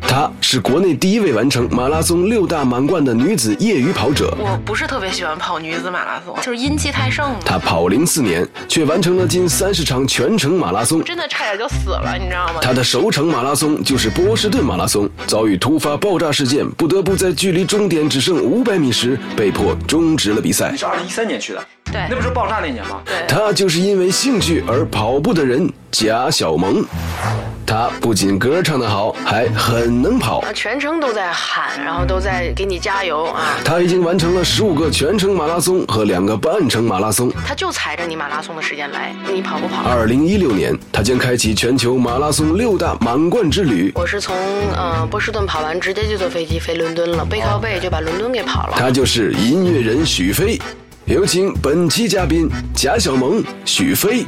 她是国内第一位完成马拉松六大满贯的女子业余跑者。我不是特别喜欢跑女子马拉松，就是阴气太盛了，她跑龄四年，却完成了近三十场全程马拉松。真的差点就死了，你知道吗？她的首程马拉松就是波士顿马拉松，遭遇突发爆炸事件，不得不在距离终点只剩五百米时被迫终止了比赛你。是二零一三年去的，对那不是爆炸那年吗？对，他就是因为兴趣而跑步的人贾小萌。他不仅歌唱得好，还很能跑啊，。全程都在喊，然后都在给你加油啊。他已经完成了十五个全程马拉松和两个半程马拉松。他就踩着你马拉松的时间来，你跑不跑？二零一六年，他将开启全球马拉松六大满贯之旅。我是从呃波士顿跑完，直接就坐飞机飞伦敦了，背靠背就把伦敦给跑了。他就是音乐人许飞。有请本期嘉宾贾小萌、许飞。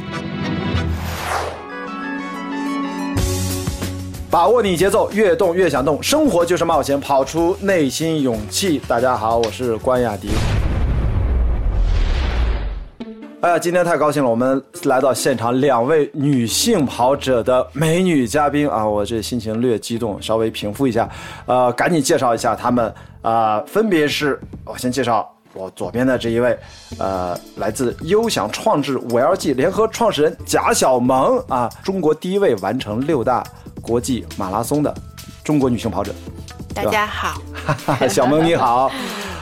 把握你节奏，越动越想动，生活就是冒险，跑出内心勇气。大家好，我是关雅迪。哎呀，今天太高兴了，我们来到现场两位女性跑者的美女嘉宾啊，我这心情略激动，稍微平复一下。呃，赶紧介绍一下她们啊、分别是我先介绍我左边的这一位，呃，来自优享创智五 LG 联合创始人贾小萌啊，中国第一位完成六大国际马拉松的中国女性跑者。大家好， 小萌你好，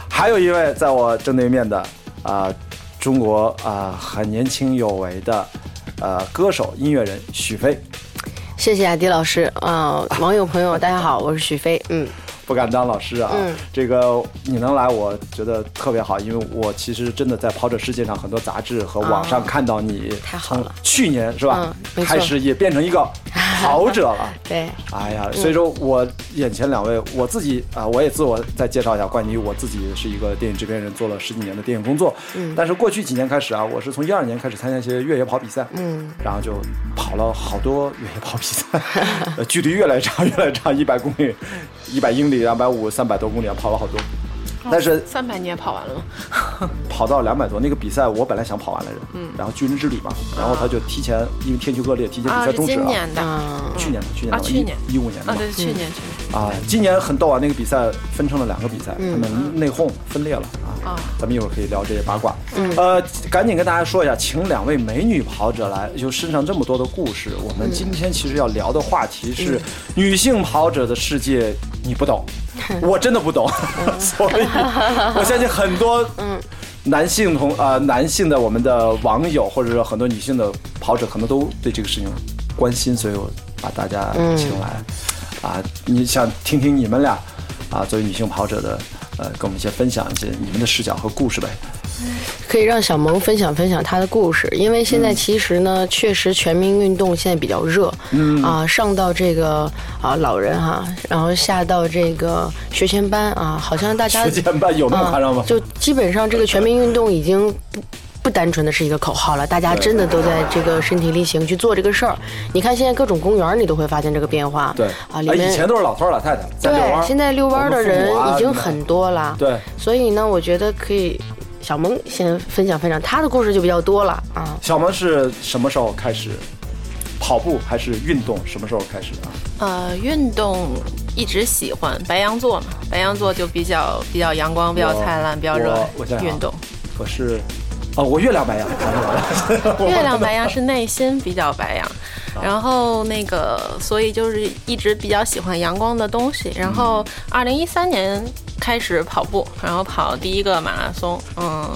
还有一位在我正对面的啊、中国啊、很年轻有为的呃歌手音乐人许飞，谢谢雅迪老师啊、网友朋友大家好，我是许飞，嗯，不敢当老师啊，嗯这个你能来，我觉得特别好，因为我其实真的在跑者世界上很多杂志和网上看到你，啊太好了，去年是吧嗯、没错开始也变成一个跑者了。对，哎呀，所以说我眼前两位，我自己啊、我也自我再介绍一下，关于我自己是一个电影制片人，做了十几年的电影工作。嗯，但是过去几年开始啊，我是从一二年开始参加一些越野跑比赛，嗯，然后就跑了好多越野跑比赛，呃距离越来越长，越来越长，一百公里、一百英里、两百五、三百多公里，啊跑了好多。但是三百你也跑完了吗？跑到两百多那个比赛，我本来想跑完来着，嗯，然后军人之旅嘛，然后他就提前，因为天气恶劣，提前比啊，赛是终止今了。年的啊，嗯，去年的，去年的，啊去年一五年的嘛，对，去年去年啊，今年很逗啊，那个比赛分成了两个比赛，他们内讧分裂了啊啊。咱们一会儿可以聊这些八卦。呃，赶紧跟大家说一下，请两位美女跑者来，就身上这么多的故事，我们今天其实要聊的话题是女性跑者的世界，你不懂，我真的不懂， 所以我相信很多男性同啊、男性的我们的网友或者是很多女性的跑者，可能都对这个事情关心，所以我把大家请来、啊，你想听听你们俩啊作为女性跑者的呃，跟我们一些分享一些你们的视角和故事呗。可以让小萌分享分享她的故事，因为嗯现在其实呢，确实全民运动现在比较热，嗯啊，上到这个啊老人哈、然后下到这个学前班啊，好像大家 学前班有那么夸张吗嗯？就基本上这个全民运动已经不。不单纯的是一个口号了，大家真的都在这个身体力行去做这个事儿。你看现在各种公园儿，你都会发现这个变化。对啊，里哎，面以前都是老头儿老太太在遛弯儿，对，现在遛弯儿的人我们父母啊已经什么的很多了。对所以呢，我觉得可以，小萌先分享分享她的故事就比较多了啊。小萌是什么时候开始跑步还是运动？什么时候开始啊？呃，运动一直喜欢，白羊座嘛，白羊座就比较比较阳光，比较灿烂，比较热我我想想爱啊运动。我是哦，我月亮白羊，想起来 了 我啊月亮白羊是内心比较白羊，然后那个，所以就是一直比较喜欢阳光的东西。然后二零一三年开始跑步，然后跑第一个马拉松，嗯，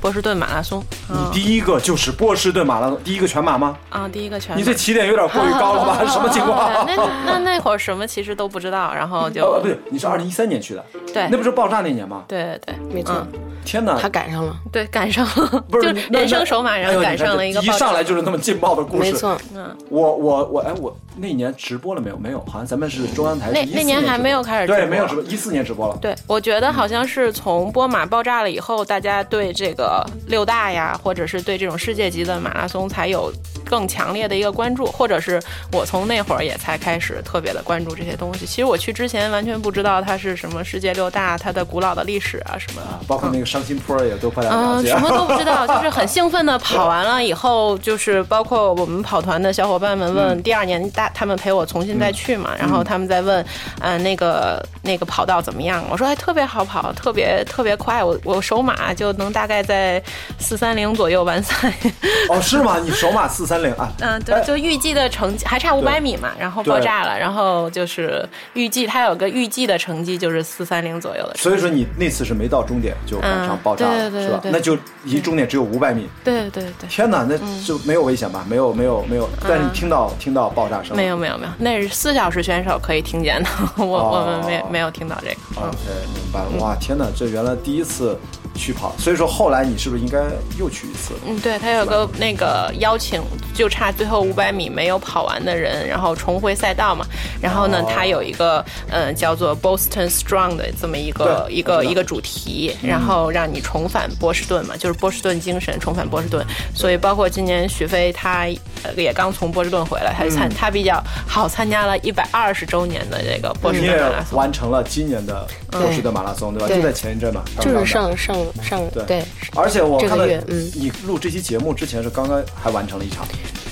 波士顿马拉松，嗯你第一个就是波士顿马拉松第一个全马吗？啊，第一个全马你这起点有点过于高了 吧？什么情 况？对那那那会儿什么其实都不知道，然后就、 呃，不对，你是二零一三年去的，对哎那不是爆炸那年吗？对对对，没错嗯天哪！她赶上了，对赶上了，不是就那那人生首马，然哎呦后你赶看上这了一个一爆炸上来就是那么劲爆的故事。没错，嗯，我我我哎，我那年直播了没有？没有，好像咱们是中央台那是14那年还没有开始直播直对，没播有直播，一四年直播了。对，我觉得好像是从波马爆炸了以后，大家对这个六大呀，或者是对这种世界级的马拉松才有更强烈的一个关注，或者是我从那会儿也才开始特别的关注这些东西。其实我去之前完全不知道它是什么世界六大，它的古老的历史啊什么的。包括那个伤心坡也都快点了嗯，解什。么都不知道，就是很兴奋的跑完了以后，就是包括我们跑团的小伙伴们嗯问，第二年大他们陪我重新再去嘛，然后他们再问，嗯，那个那个跑道怎么样？我说哎，特别好跑，特别特别快，我我手马就能大概在四三零左右完赛。 哦，是吗？你手马四三零啊？嗯，对，就预计的成绩还差五百米嘛，然后爆炸了，然后就是预计它有个预计的成绩就是四三零左右的成绩。所以说你那次是没到终点就赶上爆炸了，嗯对对对是吧？对那就离终点只有五百米。对对对。天哪，那嗯就没有危险吧？没有没有没有，但是你听到听到爆炸声了没有没有没有，那是四小时选手可以听见的，我、我们哦没没有听到这个。嗯， OK，明啊哎白了。哇，天哪，这原来第一次去跑，所以说后来你是不是应该又去一次？嗯，对，他有个那个邀请，就差最后五百米没有跑完的人，然后重回赛道嘛。然后呢哦，他有一个呃叫做 Boston Strong 的这么一个对一我个知道一个主题，然后让你重返波士顿嘛，就是波士顿精神，重返波士顿。所以包括今年许飞他呃也刚从波士顿回来，嗯他就参、他比较好参加了一百二十周年的这个波士你顿也马拉松。完成了今年的波士顿马拉松，对吧？嗯对就在前一阵嘛，刚就刚的是上上上对对，而且我这看到个月嗯你录这期节目之前是刚刚还完成了一场，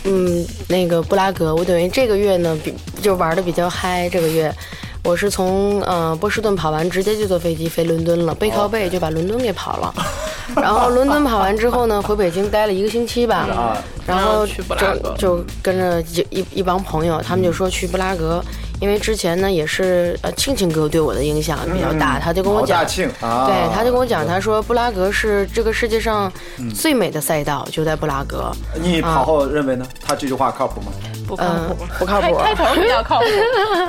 嗯，那个布拉格，我等于这个月呢，比就玩的比较嗨。这个月，我是从呃波士顿跑完，直接就坐飞机飞伦敦了，背靠背就把伦敦给跑了。然后伦敦跑完之后呢，回北京待了一个星期吧。啊然然后后去布拉格就就跟着一一一帮朋友，他们就说去布拉格，因为之前呢也是呃庆庆哥对我的影响比较大，他就跟我毛大讲，庆啊，对，他就跟我讲，他说布拉格是这个世界上最美的赛道，就在布拉格。你跑后认为呢？他这句话靠谱吗？不靠嗯谱，不靠 谱开开头比较靠谱，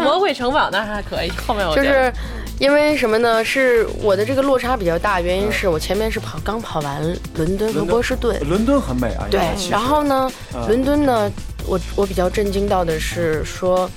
魔鬼城堡那还可以，后面我就觉得是因为什么呢？是我的这个落差比较大，原因是我前面是跑刚跑完伦敦和嗯伦敦波士顿，伦敦很美啊，嗯对应该其，实嗯然后呢，伦敦呢，我我比较震惊到的是说。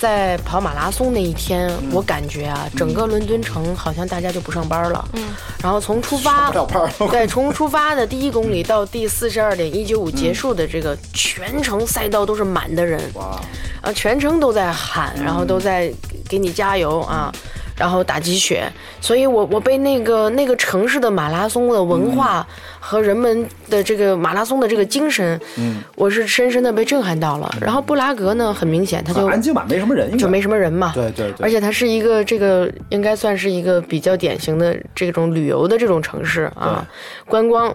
在跑马拉松那一天，嗯我感觉啊，整个伦敦城好像大家就不上班了。嗯，然后从出发不照片儿，对，从出发的第一公里到第四十二点一九五结束的这个全程赛道都是满的人。哇，啊，全程都在喊，然后嗯都在给你加油啊，然后打鸡血，所以我我被那个那个城市的马拉松的嗯文化和人们的这个马拉松的这个精神，嗯，我是深深的被震撼到了。然后布拉格呢，很明显它很就嗯啊安静吧，没什么人，应该就没什么人嘛，对对对而且它是一个这个应该算是一个比较典型的这种旅游的这种城市啊，观光。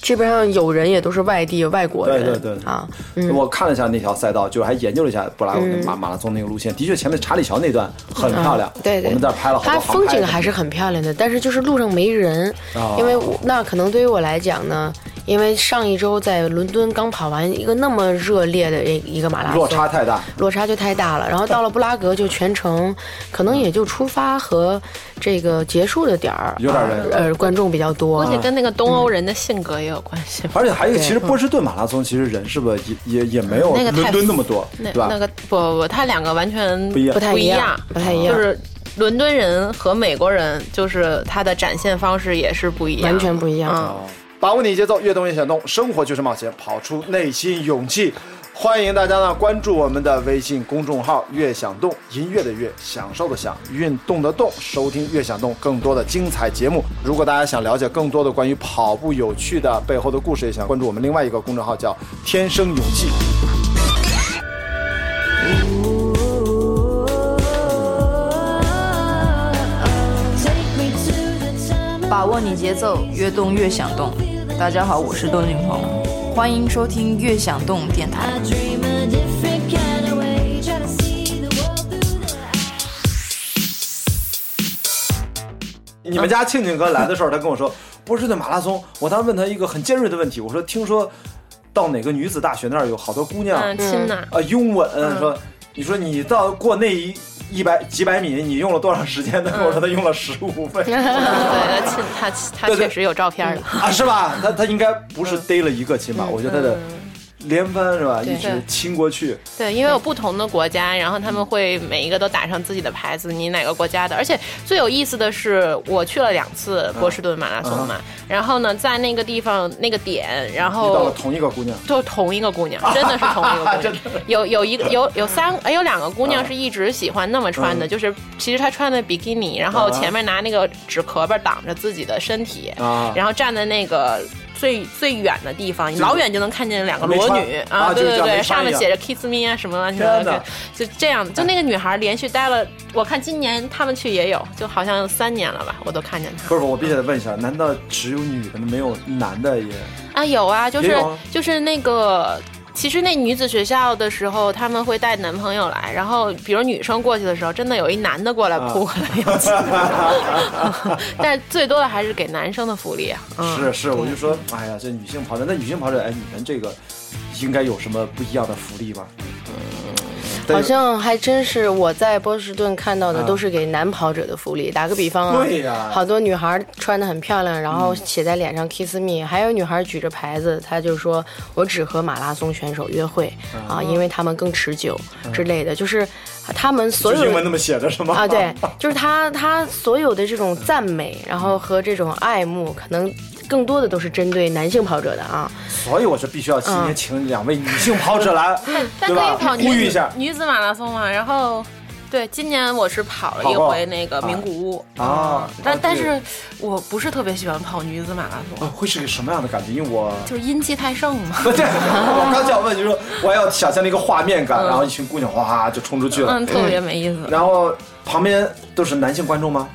基本上有人也都是外地外国人，对对对啊，我看了一下那条赛道，就是还研究了一下布拉格那嗯马马拉松那个路线，的确前面查理桥那段很漂亮，对对，我们在那儿拍了好它多航风拍景的还是很漂亮的，但是就是路上没人，哦因为我那可能对于我来讲呢，因为上一周在伦敦刚跑完一个那么热烈的一一个马拉松，落差太大，落差就太大了。然后到了布拉格，就全程可能也就出发和这个结束的点儿，有点人呃，呃观众比较多而。且跟那个东欧人的性格也有关系吧。而且还有一个，对其实波士顿马拉松其实人是不是也也也没有那个太伦敦那么多，那对吧？那个不不不，他两个完全不一样不太一一样，不太一样，就是伦敦人和美国人，就是他的展现方式也是不一样，完全不一样。嗯。把握你节奏，越动越想动，生活就是冒险，跑出内心勇气。欢迎大家呢关注我们的微信公众号“越想动”，音乐的乐，享受的享，运动的动，收听“越想动”更多的精彩节目。如果大家想了解更多的关于跑步有趣的背后的故事，也想关注我们另外一个公众号叫“天生勇气”。把握你节奏，越动越想动。大家好，我是窦靖童，欢迎收听《越想动》电台。 dream a different kind of way, try to see the world through the eyes. 你们家庆庆哥来的时候，他跟我说波士顿马拉松，我当时问他一个很尖锐的问题，我说听说到哪个女子大学那儿有好多姑娘嗯，亲呐、啊，拥吻，说你说你到过那一一百几百米，你用了多少时间？他跟我说他用了十五分钟啊嗯对，他亲他他对对确实有照片的。啊，是吧？他他应该不是逮了一个亲吧？我觉得他的连番是吧？对一直亲过去，对，因为有不同的国家，然后他们会每一个都打上自己的牌子，你哪个国家的。而且最有意思的是，我去了两嗯次波士顿马拉松嘛，然后呢，在那个地方那个点，然遇到了后。同一个姑娘。就同一个姑娘，真的是同一 个姑真娘的。有有一个有有三哎有两个姑啊娘是一直喜欢那么穿的，嗯就是其实她穿的比基尼，然啊后前面拿那个纸壳儿挡着自己的身体，啊然后站在那个最最远的地方，是老远就能看见两个没裸穿女啊对就是这对样没对，穿上面一样写着 kiss me 啊什么乱七天八糟哪的，就就这样。就那个女孩连续待了，我看今年他们去也有，就好像三年了吧，我都看见她。不是，不是我必须得问一下，难道只有女的吗没有男的也？啊，有啊，就也是有啊就是那个。其实那女子学校的时候，他们会带男朋友来，然后比如女生过去的时候，真的有一男的过来啊扑过 来要亲， 但最多的还是给男生的福利啊。嗯、是是，我就说，哎呀，这女性跑者，那女性跑者，哎，你们这个应该有什么不一样的福利吧？嗯，好像还真是我在波士顿看到的啊都是给男跑者的福利。打个比方啊，对呀好多女孩穿的很漂亮，然后写在脸上 “kiss me”，还有女孩举着牌子，她就说我只和马拉松选手约会啊，因为他们更持久之类的，就是他们所嗯就有英文那么写着是吗？啊，对，就是他他所有的这种赞美，然后和这种爱慕，可能更多的都是针对男性跑者的啊。 所以我说必须要今天请两位女性跑者来， 对但可吧以跑？女呼吁一子下女子马拉松嘛，然后。对，今年我是跑了跑一过回那个名古屋啊嗯但啊但对是我不是特别喜欢跑女子马拉松，啊会是个什么样的感觉？因为我 就是阴气太盛 嘛。不对，我刚想问你说，我要想象那个画面感，然后一群姑娘哗就冲出去了嗯，，特别没意思。然后旁边都是男性观众吗？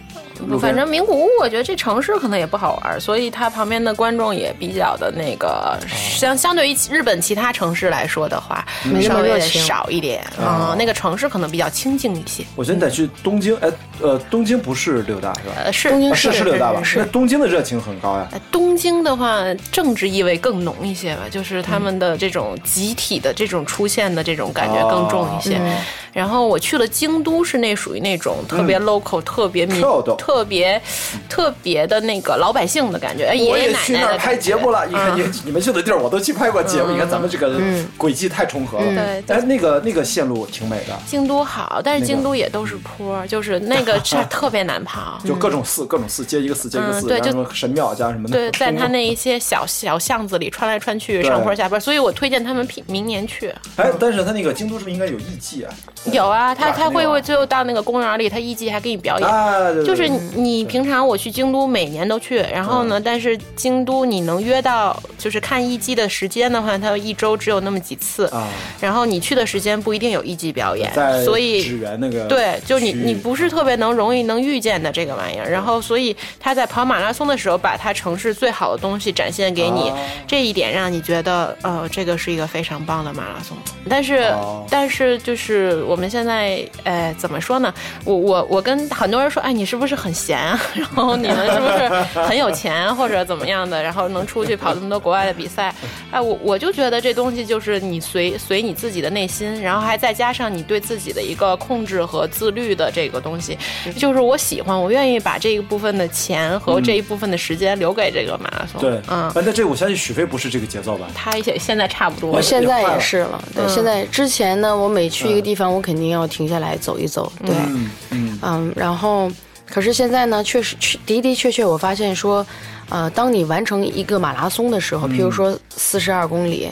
路边反正名古屋，我觉得这城市可能也不好玩，所以它旁边的观众也比较的那啊个，相相对于日本其他城市来说的话，嗯没那稍么微热得情少一点。啊嗯，那个城市可能比较清静一些。我觉得你得去东京，哎，呃，东京不是六大是吧？呃，是东京啊是是是六大吧？是那东京的热情很高呀。呃东京的话，政治意味更浓一些吧，就是他们的这种集体的这种出现的这种感觉更重一哦些。嗯然后我去了京都，是那属于那种特别 local、特别民嗯跳动、特别特别的那个老百姓的感觉，哎嗯我爷爷也奶去奶那的儿感拍节目觉了，你看你你们去的地儿我都去拍过节目，你看咱们这个轨迹太重合了。对对哎，那个那个线路挺美的，京都好，但那是个京都也都是坡儿，就是那 个是特别难跑。就各种寺，各种寺接一个寺接一个嗯寺，对然后就什么神庙加什么的。对，在它那一些小小巷子里穿来穿去，对上坡下坡，所以我推荐他们平明年去。哎，但是他那个京都是不是应该有艺伎啊？有啊，他对他没会有啊会最后到那个公园里，他艺伎还给你表演。啊，对对就是对嗯你平常我去京都每年都去，然后呢，但是京都你能约到就是看艺伎的时间的话，它一周只有那么几次，啊，然后你去的时间不一定有艺伎表演在，所以纸园那个对，就你区啊域你不是特别能容易能遇见的这个玩意儿，然后所以他在跑马拉松的时候，把他城市最好的东西展现给你，哦这一点让你觉得呃，这个是一个非常棒的马拉松。但是、哦但是就是我们现在呃怎么说呢？我我我跟很多人说，哎，你是不是很闲啊？ 然后你们是不是很有钱啊或者怎么样的？然后能出去跑这么多国外的比赛？哎，我我就觉得这东西就是你随随你自己的内心，然后还再加上你对自己的一个控制和自律的这个东西，就是我喜欢，我愿意把这一部分的钱和这一部分的时间留给这个马拉松。嗯对，嗯，哎，那这我相信许飞不是这个节奏吧？他也现在差不多我我了。是现在也快了嗯也是了，对，现在之前呢，我每去一个地方，我肯定要停下来走一走，对，嗯嗯，嗯，然后可是现在呢，确实确的的确确，我发现说，呃，当你完成一个马拉松的时候，譬如说四十二公里。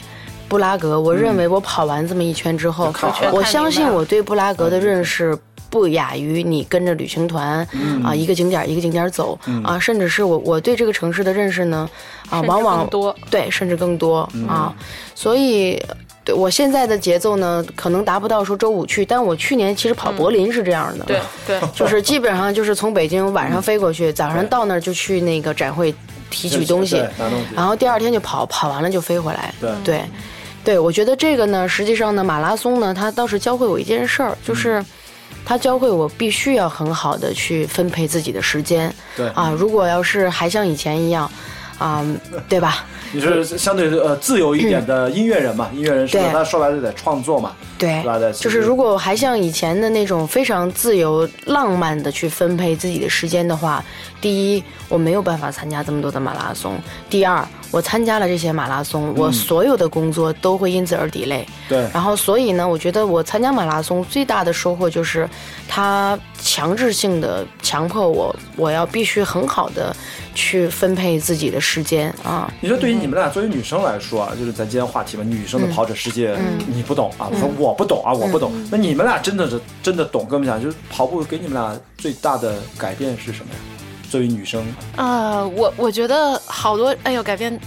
布拉格，我认为我跑完这么一圈之后，看好了我相信我嗯对布拉格的认识不亚于你跟着旅行团、啊，一个景点儿一个景点儿走、啊，甚至是我我对这个城市的认识呢啊，甚至往往更多对，甚至更多、啊，所以。对我现在的节奏呢，可能达不到说周五去，但我去年其实跑柏林是这样的，嗯 对对，就是基本上就是从北京晚上飞过去，早上到那儿就去那个展会提取东西对，拿东西然后第二天就跑，跑完了就飞回来。对对，对我觉得这个呢，实际上呢，马拉松呢，它倒是教会我一件事儿，嗯就是。它教会我必须要很好的去分配自己的时间，对啊，如果要是还像以前一样，啊、对吧？你是相对呃自由一点的音乐人嘛？音乐人是吧对他说白了得创作嘛，对是吧？得就是如果还像以前的那种非常自由、浪漫的去分配自己的时间的话，第一，我没有办法参加这么多的马拉松；第二，我参加了这些马拉松，我所有的工作都会因此而 delay。对然后所以呢，我觉得我参加马拉松最大的收获就是，它强制性的强迫我，我要必须很好的去分配自己的时间啊。你说对于你们俩作为女生来说啊，就是咱今天话题嘛，女生的嗯跑者世界你不懂啊，我说我不懂啊，我不懂。那你们俩真的是真的懂，跟我们讲，就是跑步给你们俩最大的改变是什么呀？作为女生，呃，我我觉得好多，哎呦，改变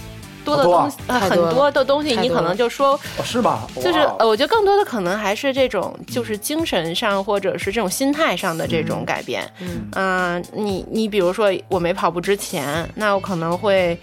多的好多啊东西，呃太很多了多的东西，太你多可了能就说，哦，嗯是吧？就是哇呃，我觉得更多的可能还是这种，就是精神上或者是这种心态上的这种改变。嗯，你你比如说我没跑步之前，那我可能会，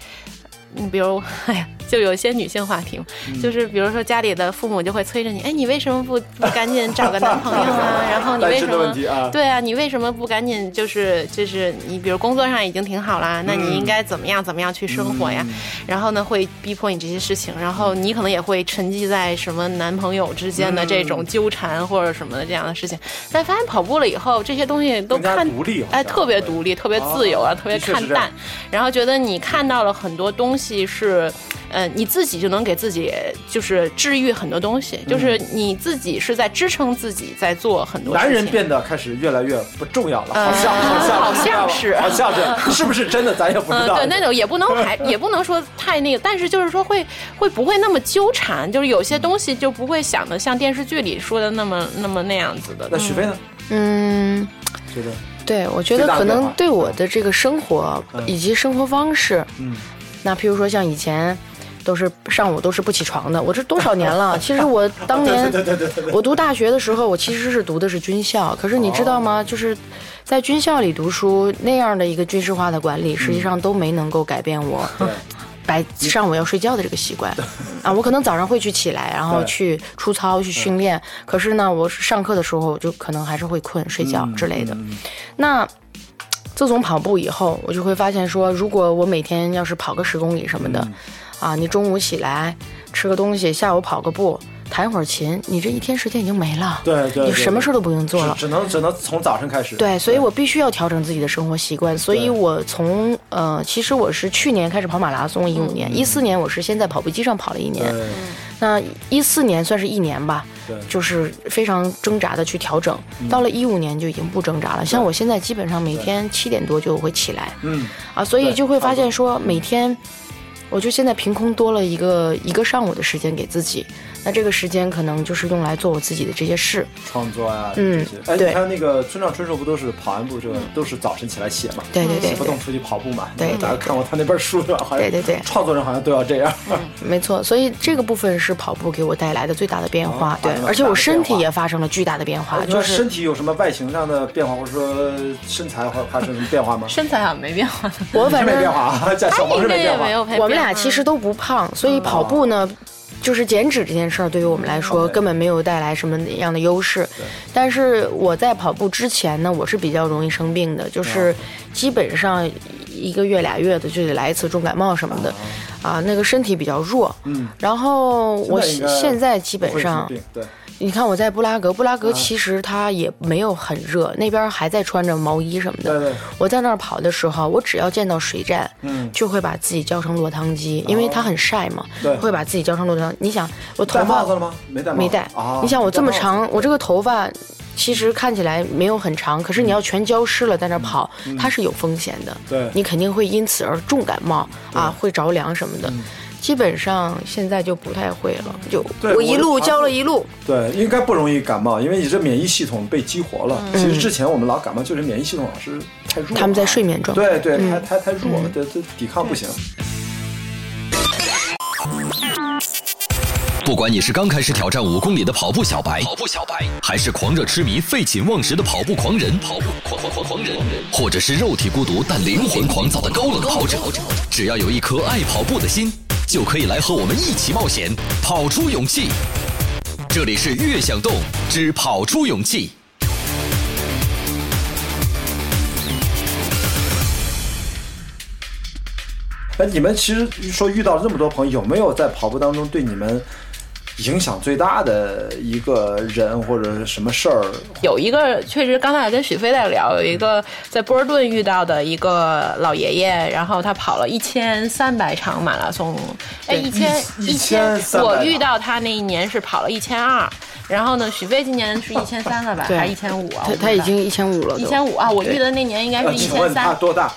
你比如， 哎呀。就有一些女性话题嘛，嗯就是比如说家里的父母就会催着你，哎，你为什么不不赶紧找个男朋友啊？然后你单为身什的么问题啊对啊，你为什么不赶紧就是就是你比如工作上已经挺好啦，那嗯你应该怎么样怎么样去生活呀？然后呢会逼迫你这些事情，然后你可能也会沉寂在什么男朋友之间的这种纠缠或者什么的这样的事情。但发现跑步了以后，这些东西都更加看独立好像哦哎，特别独立，特别自由啊，特别的确是看这样淡，然后觉得你看到了很多东西是。呃，你自己就能给自己就是治愈很多东西，就是你自己是在支撑自己在做很多事嗯情。男人变得开始越来越不重要了，好像呃好像好像是好像 是，是不是真的咱也不知呃嗯，道。对，那种也不能 还也不能说太那个，但是就是说会会不会那么纠缠，就是有些东西就不会想的像电视剧里说的那么那么那样子的。那许飞呢？嗯，觉得对，我觉得可能对我的这个生活嗯以及生活方式，嗯，那譬如说像以前。都是上午都是不起床的，我这多少年 了？其实我当年，我读大学的时候，我其实是读的是军哦校。可是你知道吗？就是在军校里读书那样的一个军事化的管嗯理，实际上都没能够改变我白上午要睡觉的这个习 惯啊，我可能早上会去起来，然后对嗯去出操去训练。可是呢，我上课的时候我就可能还是会困睡觉嗯之类的。那自从跑步以后，我就会发现说，如果我每天要是跑个十公里什么的，嗯啊，你中午起来吃个东西，下午跑个步，弹会儿琴，你这一天时间已经没了，对对对你什么事儿都不用做了只。只能只能从早上开始。对，所以我必须要调整自己的生活习惯。所以对我从呃，其实我是去年开始跑马拉松，一五年、一四年我是先在跑步机上跑了一年，嗯对那一四年算是一年吧对，嗯就是非常挣扎的去调整。到了一五年就已经不挣扎了，像我现在基本上每天七点多就会起来，嗯，啊，所以对就会差发不多嗯现说每天，我就现在凭空多了一个一个上午的时间给自己，那这个时间可能就是用来做我自己的这些事。创作啊，嗯这些。哎，对你看那个村上春树不都是跑完步之后都是早晨起来写嘛？对对对写不动出去跑步嘛？对对大家看过他那本书对吧？好像对对对创作人好像都要这样。没错，所以这个部分是跑步给我带来的最大的变化，哦对带来，了而且大我的身体变化也发生了巨大的变化， 你啊就说是身体有什么外形上的变化，或者说身材会发生什么变化吗？身材好像没变化，我你是反没变正化啊，在小他萌是应该没也变嗯哦化没。有太变化。嗯我们俩其实都不胖，所以跑步呢。就是减脂这件事儿，对于我们来说 OK 根本没有带来什么样的优势。但是我在跑步之前呢，我是比较容易生病的，哦就是基本上一个月俩月的就得来一次重感冒什么的，啊，那个身体比较弱。哦嗯，然后我现在应该现在基本上不会生病对，你看我在布拉格，布啊拉格其实它也没有很热，那边还在穿着毛衣什么的。对对我在那儿跑的时候，我只要见到水站，嗯哦就会把自己浇成落汤鸡，因为它很晒嘛，对会把自己浇成落汤。你想，我头戴帽发子了吗？没戴帽子，没戴啊。你想我这么没戴帽子，长，我这个头发其实看起来没有很长，可是你要全浇湿了在那儿跑，它是有风险的。嗯对你肯定会因此而重感冒啊，会着凉什么的。嗯基本上现在就不太会了，就对我一我路我啊浇了一路。对，应该不容易感冒，因为你这免疫系统被激活了。其实之前我们老感冒，就是免疫系统老是太弱了，啊他们在睡眠状态对对，太太太弱了，对对，抵抗不行。不管你是刚开始挑战五公里的跑步小白，跑步小白，还是狂热痴迷、废寝忘食的跑步狂人，跑步狂狂狂狂人，或者是肉体孤独但灵魂狂躁的高冷跑者，只要有一颗爱跑步的心，就可以来和我们一起冒险，跑出勇气。这里是悦享动之跑出勇气。哎，你们其实说遇到这么多朋友，有没有在跑步当中对你们影响最大的一个人或者是什么事儿，有一个确实，刚才还跟许飞在聊，有一个在波士顿遇到的一个老爷爷，然后他跑了一千三百场马拉松，哎，一千一一千， 1300我遇到他那一年是跑了一千二，然后呢，许飞今年是一千三了吧，对还一千五啊？他他已经一千五了一都，千五啊，我遇的那年应该呃，是一请问千他三。多大？啊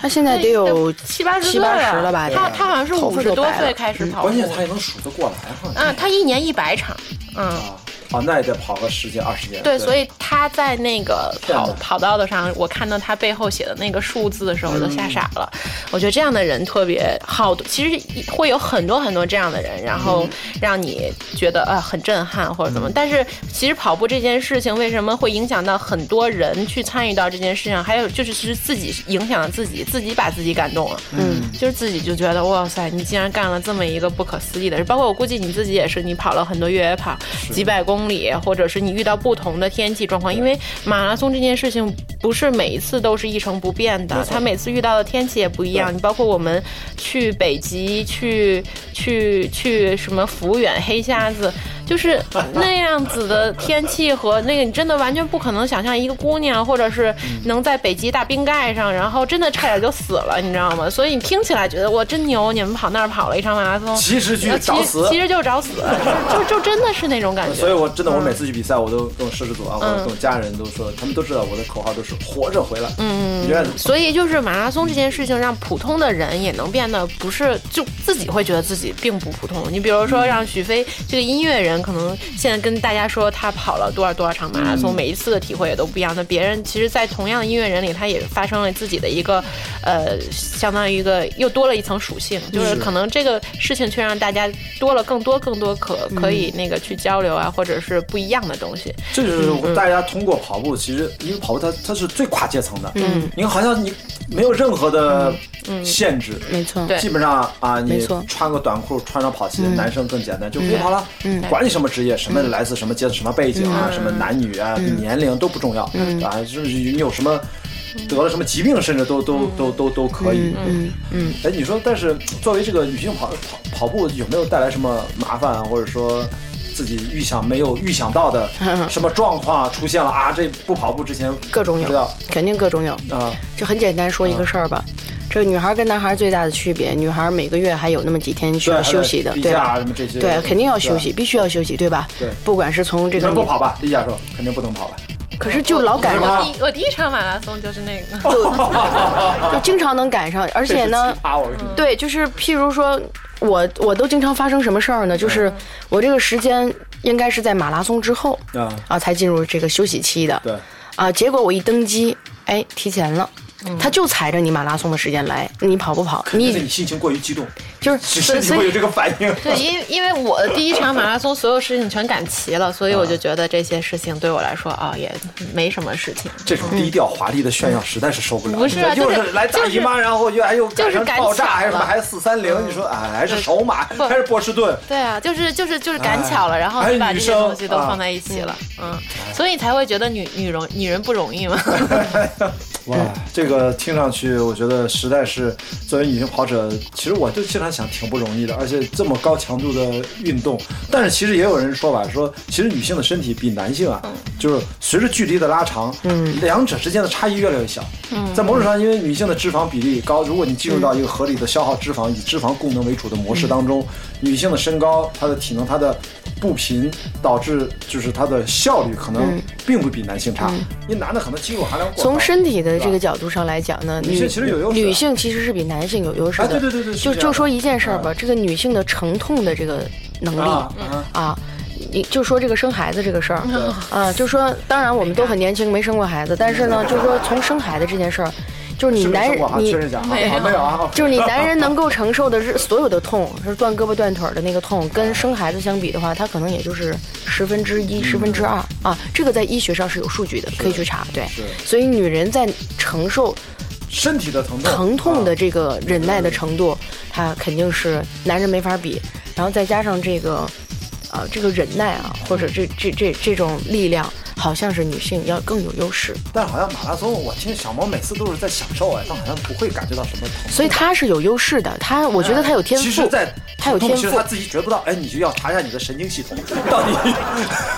他现在得有七八十七岁八十了吧？他得他好像是头五发十都多白岁了嗯开始跑步关，键他也能数得过来，好像嗯，他一年一百场，嗯。啊啊，那也得跑个十几二十年。对，所以他在那个天哪跑跑道的上，我看到他背后写的那个数字的时候，我都吓傻了。我觉得这样的人特别好，其实会有很多很多这样的人，然后让你觉得呃很震撼或者怎么。但是其实跑步这件事情为什么会影响到很多人去参与到这件事情？还有就是是自己影响自己，自己把自己感动了。嗯，就是自己就觉得哇塞，你竟然干了这么一个不可思议的事。包括我估计你自己也是，你跑了很多越野跑，几百公里，或者是你遇到不同的天气状况，因为马拉松这件事情不是每一次都是一成不变的，它每次遇到的天气也不一样。你包括我们去北极，去去去什么抚远、黑瞎子。就是那样子的天气和那个，你真的完全不可能想象一个姑娘，或者是嗯能在北极大冰盖上，然后真的差点就死了，你知道吗？所以你听起来觉得我真牛，你们跑那儿跑了一场马拉松，其实去呃找死其其实就是找死，就就就真的是那种感觉。所以，我真的，我每次去比赛，我都跟我摄制组啊，我跟我家人都说，他们都知道我的口号都是活着回来。嗯，永远所以就是马拉松这件事情，让普通的人也能变得不是就自己会觉得自己并不普通。你比如说，让许飞这个音乐人，可能现在跟大家说他跑了多少多少场马拉松，每一次的体会也都不一样。那别人其实，在同样的音乐人里，他也发生了自己的一个呃，相当于一个又多了一层属性，就是可能这个事情却让大家多了更多更多可可以那个去交流啊，或者是不一样的东西。这就是大家通过跑步，其实因为跑步它它是最跨阶层的，嗯，你好像你没有任何的限制，没错，对基本上啊，没你错嗯穿个短裤，穿上跑鞋，男生更简单，就可以跑了。管你什么职业，什么来自什么阶层、什么背景嗯啊，什么男女啊，年龄都不重要啊，就是你有什么。得了什么疾病，甚至都都嗯都都都可以。嗯嗯，哎，你说，但是作为这个女性跑跑跑步，有没有带来什么麻烦，啊或者说自己预想没有预想到的什么状况出现了啊？这不跑步之前嗯各种不知道嗯有，嗯肯定各种有。啊，就很简单说一个事儿吧。这女孩跟男孩最大的区别，女孩每个月还有那么几天需要对还有休息的，例对假吧什么这些？对，肯定要休息，对必须要休息，对吧？对不管是从这你个们你，不跑吧？李佳说肯定不能跑吧。可是就老赶 上，我第我第一场马拉松就是那个。就经常能赶上，而且这呢是奇，葩，我跟你说对，就是譬如说，我我都经常发生什么事儿呢？嗯就是我这个时间应该是在马拉松之后啊啊才进入这个休息期的，对啊，结果我一登机，哎，提前了。他就踩着你马拉松的时间来，你跑不跑？嗯但是你你心情过于激动，就是只身体所以会有这个反应。 对，因为因为我第一场马拉松所有事情全赶齐了，所以我就觉得这些事情对我来说啊、也没什么事情。这种低调华丽的炫耀实在是受不了。不是啊又就是是来大姨妈，然后又哎又赶上就是赶爆炸，还是巧什么，了嗯还是四三零？你说哎，还是首马，不还是波士顿？对啊，就是就是就是赶巧了，哎然后你把这些东西都哎女生放在一起了，嗯，所以才会觉得女女容女人不容易嘛。哇，这个听上去，我觉得实在是作为女性跑者，其实我就经常想，挺不容易的。而且这么高强度的运动，但是其实也有人说吧，说其实女性的身体比男性啊，就是随着距离的拉长，嗯，两者之间的差异越来越小。嗯，在某种上，因为女性的脂肪比例高，如果你进入到一个合理的消耗脂肪、以脂肪功能为主的模式当中，女性的身高、她的体能、她的不平，导致就是她的效率可能并不比男性差。因为男的可能肌肉含量过高从身体的这个是吧角度上来讲呢，女性其实有优势女性其实是比男性有优势的。啊对对对对是就这样的就说一件事儿吧，这个女性的承痛的这个能力啊啊。啊你就说这个生孩子这个事儿，啊，就说当然我们都很年轻，没生过孩子，但是呢，就说从生孩子这件事儿，就是你是不是男中人国啊你确认一下啊，啊没有啊，就是你男人能够承受的日所有的痛，就是断胳膊断腿儿的那个痛，跟生孩子相比的话，它可能也就是十分之一、十分之二啊。这个在医学上是有数据的，可以去查。对，所以女人在承受身体的疼痛，疼痛啊的这个忍耐的程度，它肯定是男人没法比。然后再加上这个，呃，这个忍耐啊，或者这这这这种力量，好像是女性要更有优势，但好像马拉松，我听小萌每次都是在享受哎，但好像不会感觉到什么疼。所以她是有优势的。她我觉得她有天其实赋在，她有疼天其实赋他。自己觉不到，哎，你就要查一下你的神经系统 到底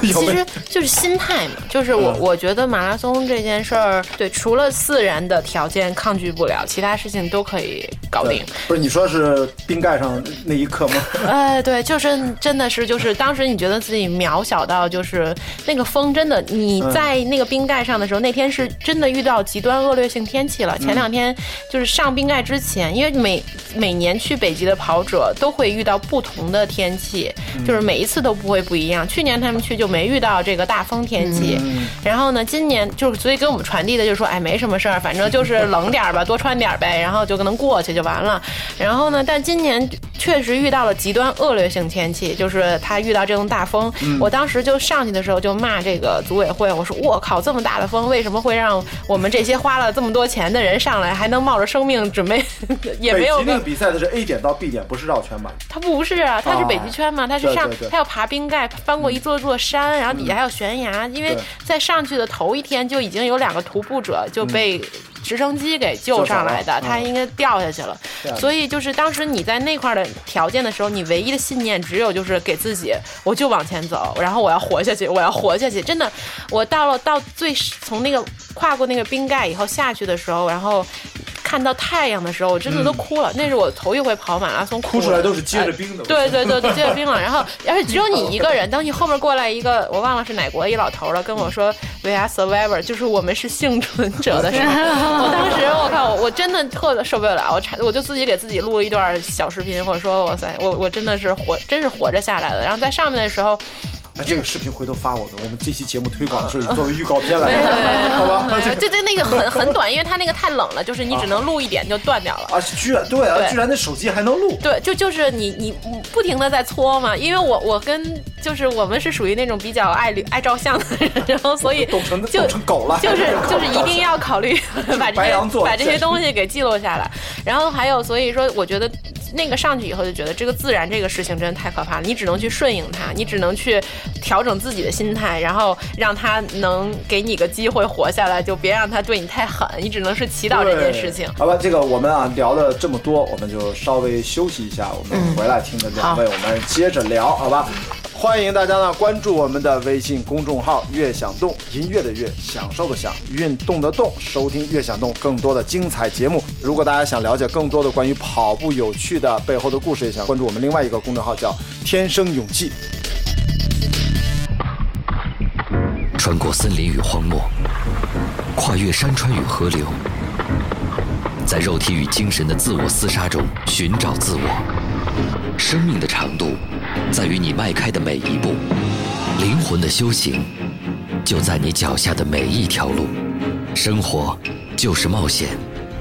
有 其没有 嗯实。就是心态嘛，就是我、我觉得马拉松这件事儿，对，除了自然的条件抗拒不了，其他事情都可以搞定。不是你说是冰盖上那一刻吗？哎，对，就是真的是，就是当时你觉得自己渺小到，就是那个风真的，你在那个冰盖上的时候，那天是真的遇到极端恶劣性天气了。前两天就是上冰盖之前，因为每每年去北极的跑者都会遇到不同的天气，就是每一次都不会不一样。去年他们去就没遇到这个大风天气，然后呢，今年就是所以给我们传递的就是说，哎，没什么事儿，反正就是冷点儿吧，多穿点儿呗，然后就能过去就完了。然后呢，但今年确实遇到了极端恶劣性天气，就是他遇到这种大风，嗯我当时就上去的时候就骂这个组委会，我说我靠，这么大的风为什么会让我们这些花了这么多钱的人上来，还能冒着生命准备， 也没北有极那个比赛的是 A 点到 B 点，不是绕圈吧？它不是啊，它是北极圈嘛，它是上哦对对对，嗯它要爬冰盖，翻过一座座山，然后底下还有悬崖，因为对在上去的头一天就已经有两个徒步者就被。直升机给救上来的，嗯救上来嗯他应该掉下去了。对啊所以就是当时你在那块儿的条件的时候，你唯一的信念只有就是给自己，我就往前走，然后我要活下去，我要活下去。真的，我到了到最从那个跨过那个冰盖以后下去的时候，然后看到太阳的时候，我真的嗯都哭了。那是我头一回跑马拉松哭出了来都是接着冰的。哎对对对，结了冰 冷。然后，而且只有你一个人。等你后面过来一个，我忘了是哪国一老头了，跟我说 “We are survivor”，就是我们是幸存者的时候，我当时我靠，我我真的特受不了，我差我就自己给自己录了一段小视频，我说哇塞，我我真的是活，真是活着下来的。然后在上面的时候，哎，这个视频回头发我们，我们这期节目推广的时候作为预告片来对对看， 好吧？对， 就就那个很很短，因为它那个太冷了，就是你只能录一点就断掉了。啊，居然对啊，对居然那手机还能录。对，就就是你你你不停的在搓嘛，因为我我跟就是我们是属于那种比较爱旅爱照相的人，然后所以冻成就冻成狗了 就是就是一定要考虑把这白羊些座把这简些直东西给记录下来，然后还有所以说我觉得。那个上去以后就觉得这个自然这个事情真的太可怕了，你只能去顺应它，你只能去调整自己的心态，然后让它能给你个机会活下来，就别让它对你太狠，你只能是祈祷这件事情对。好吧，这个我们啊聊了这么多，我们就稍微休息一下，我嗯们回来听着两位，我们接着聊，好吧？欢迎大家呢关注我们的微信公众号“乐享动”，音乐的乐，享受的享，运动的动，收听“乐享动”更多的精彩节目。如果大家想了解更多的关于跑步有趣的背后的故事，也想关注我们另外一个公众号叫“天生勇气”。穿过森林与荒漠，跨越山川与河流，在肉体与精神的自我厮杀中寻找自我。生命的长度，在于你迈开的每一步；灵魂的修行，就在你脚下的每一条路。生活就是冒险，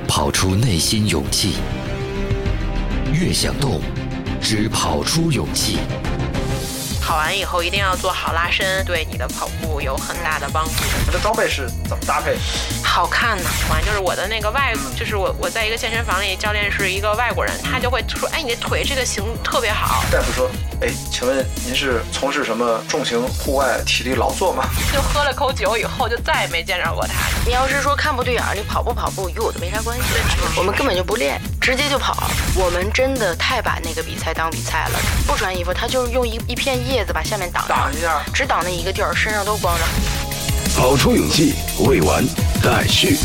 跑出内心勇气。越想动，只跑出勇气。跑完以后一定要做好拉伸，对你的跑步有很大的帮助。你们的装备是怎么搭配？好看嗯呢、反正就是我的那个外，就是我我在一个健身房里，教练是一个外国人，他就会说，哎，你的腿这个型特别好，大夫说：“哎，请问您是从事什么重型户外体力劳作吗？”就喝了口酒以后就再也没见着过他。你要是说看不对眼儿，你跑不跑步与我都没啥关系。我们根本就不练，直接就跑。我们真的太把那个比赛当比赛了，不穿衣服，他就是用一一片叶子把下面挡上，挡一下只挡那一个地儿，身上都光着。跑出勇气，未完待续。